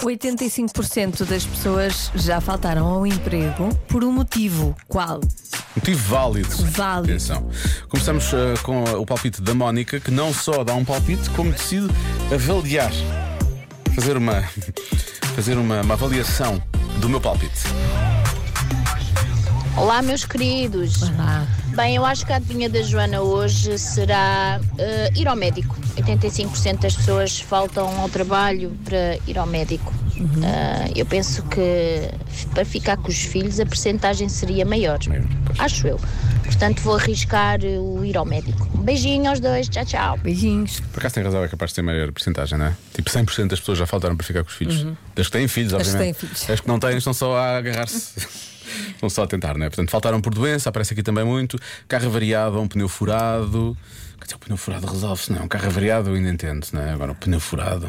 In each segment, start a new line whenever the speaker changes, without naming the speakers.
85% das pessoas já faltaram ao emprego por um motivo. Qual?
Motivo válido.
Válido.
Atenção. Começamos eh, com o palpite da Mónica, que não só dá um palpite, como decide avaliar. Fazer uma, fazer uma, uma avaliação do meu palpite.
Olá, meus queridos.
Ah,
Bem, eu acho que a adivinha da Joana hoje será eh, ir ao médico. 85% das pessoas faltam ao trabalho para ir ao médico. Ah, eu penso que f- para ficar com os filhos a percentagem seria maior. Acho eu. Portanto, vou arriscar o ir ao médico. Beijinho aos dois. Tchau, tchau.
beijinhos.
Por acaso tem razão, é capaz de ter maior porcentagem, não é? Tipo 100% das pessoas já faltaram para ficar com os filhos. Das que têm filhos,
Uhum. que têm
obviamente.
filhos.
As que não têm estão só a agarrar-se. estão só a tentar, não é? Portanto, faltaram por doença, aparece aqui também muito. Carro avariado, um pneu furado. Quer dizer, o pneu furado resolve-se, não. Um carro avariado eu ainda entendo, não é? Agora, o pneu furado.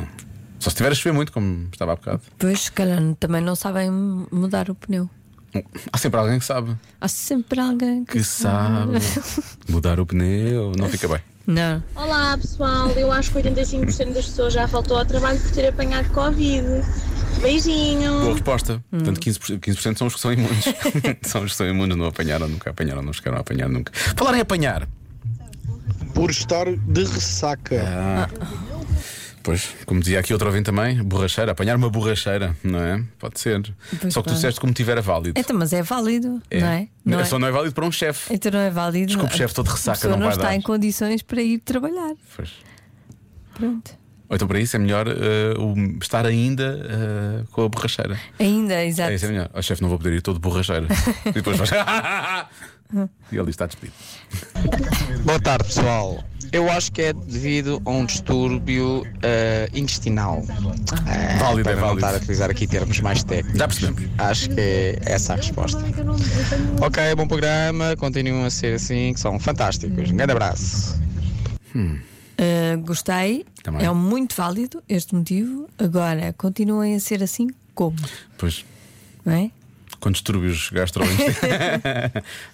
Só se tiver a chover muito, como estava há bocado.
Pois, se calhar também não sabem mudar o pneu.
Hum, Há sempre alguém que sabe.
Há sempre alguém que.
Que sabe.
Ah,
Mudar o pneu, não fica bem.
Não.
Olá pessoal, eu acho que 85% das pessoas já faltou ao trabalho por ter apanhado Covid. Beijinho!
Boa resposta.
Hum.
Portanto, 15%, 15 são os que são imunes. são os que são imunes, não apanharam nunca, apanharam, não chegaram a apanhar nunca. Falar em apanhar.
por estar de ressaca.
Pois, como dizia aqui outro ouvinte também, borracheira, apanhar uma borracheira, não é? Pode ser.
Pois
Só que tu
bem.
disseste como tiver é válido.
Então, mas é válido, não é? Não é?
Só não é válido para um chefe.
Então não é válido.
Desculpe, chefe, estou de
A
ressaca,
pessoa
não
não
vai
está
dar.
em condições para ir trabalhar.
Pois.
Pronto.
Ou então para isso é melhor eh, o- estar ainda eh, com a borracheira.
Ainda,
É
exato.
isso é melhor. Ó chefe, não vou poder ir todo borracheira. e depois vais. e ele está despedido.
É. Boa tarde, pessoal. Eu acho que é devido a um distúrbio eh, intestinal. Eh,
Válido, é
para não
válido.
estar a utilizar aqui termos mais técnicos.
Já percebemos.
Acho que é essa a resposta. Ok, bom programa. Continuam a ser assim, que são fantásticos. Um grande abraço.
Uh, gostei.
Também.
É muito válido este motivo. Agora, continuem a ser assim como,
Pois.
não
Tá
é?
Com distúrbios gastrointestinais.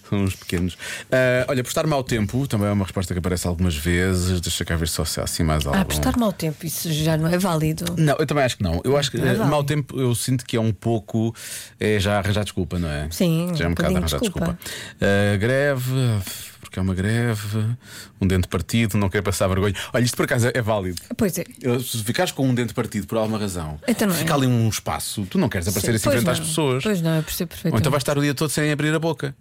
São uns pequenos. Ah, olha, por estar mau tempo também é uma resposta que aparece algumas vezes. Deixa cá ver só se há assim mais algo.
Ah, prestar mau tempo, isso já não é válido.
Não, eu também acho que não. Eu acho que
Ah,
eh,
vale.
mau tempo eu sinto que é um pouco. É já arranjar desculpa, não é?
Sim,
Já é
um
um bocado
bocadinho
arranjar desculpa.
desculpa.
Ah, greve, porque é uma greve, um dente partido, não quer passar vergonha. Olha, isto por acaso é- é válido.
Pois é.
Eu- Se ficares com um dente partido por alguma razão,
Então não é.
fica ali um espaço, tu não queres aparecer assim
Pois
frente
não.
às pessoas.
Pois não, eu percebo
Ou
perfeitamente.
então vais estar o dia todo sem abrir a boca.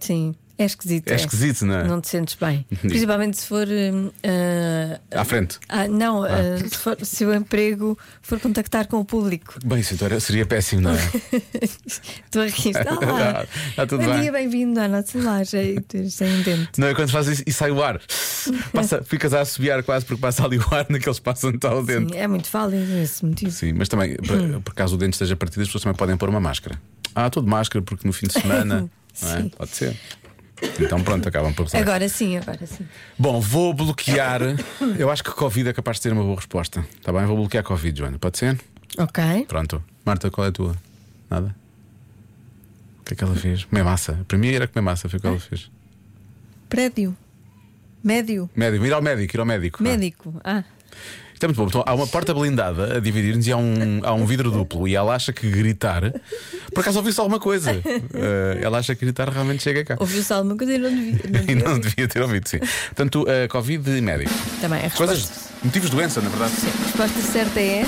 Sim, é esquisito.
É esquisito, não é?
Não te sentes bem. Principalmente se for. hum, ah,
À frente.
ah, não, ah, se, for- se o emprego for contactar com o público.
Bem, isso então era- seria péssimo, não é?
Estou a rir. Olá.
Tá- tá tudo
é. Bom
bem.
dia, bem-vindo à nossa loja. E tu Sem dente.
não é quando fazes isso e sai o ar. Passa, ficas a assobiar quase porque passa ali o ar naquele espaço onde está o dente.
Sim, Hum. é muito válido esse motivo.
Sim, mas também, por, por caso o dente esteja partido, as pessoas também podem pôr uma máscara. Ah, estou de máscara porque no fim de semana. não é?
Sim.
Pode ser. Então pronto, acabam por ser.
Agora sim, agora sim.
Bom, vou bloquear. Eu acho que Covid é capaz de ter uma boa resposta. Está bem? Vou bloquear Covid, Joana. Pode ser?
Ok.
Pronto. Marta, qual é a tua? Nada? O que é que ela fez? Comer massa. Para mim era comer massa, foi o que ela fez.
Prédio. Médio.
Médico, ir ao médico, ir ao médico.
Médico. Ah.
Ah, Isto é muito bom. Então, há uma porta blindada a dividir-nos e há um, há um vidro duplo. E ela acha que gritar. Por acaso ouviu-se alguma coisa? Eh, ela acha que gritar realmente chega cá.
Ouviu-se alguma coisa e não devia. não
E
devia
não
ouvir.
devia ter ouvido, sim. Portanto, eh, Covid e médico.
Também a resposta,
Coisas. Motivos de doença, na verdade.
a resposta certa é.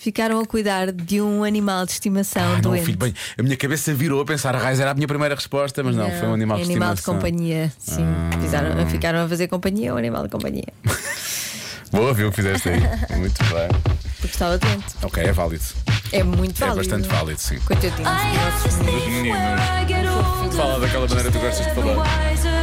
Ficaram a cuidar de um animal de estimação
Ah, não,
doente.
filho, bem, a minha cabeça virou a pensar, a raiz era a minha primeira resposta, mas não, foi um animal de
É animal de
estimação. Ah.
companhia, sim. Fizeram- ficaram a fazer companhia ao animal de companhia.
Boa, viu o que fizeste aí. Muito bem.
Porque estava doente.
Ok, é válido.
É muito
É
válido.
bastante válido, sim.
Coitadinho.
Fala daquela maneira que tu gostas de falar.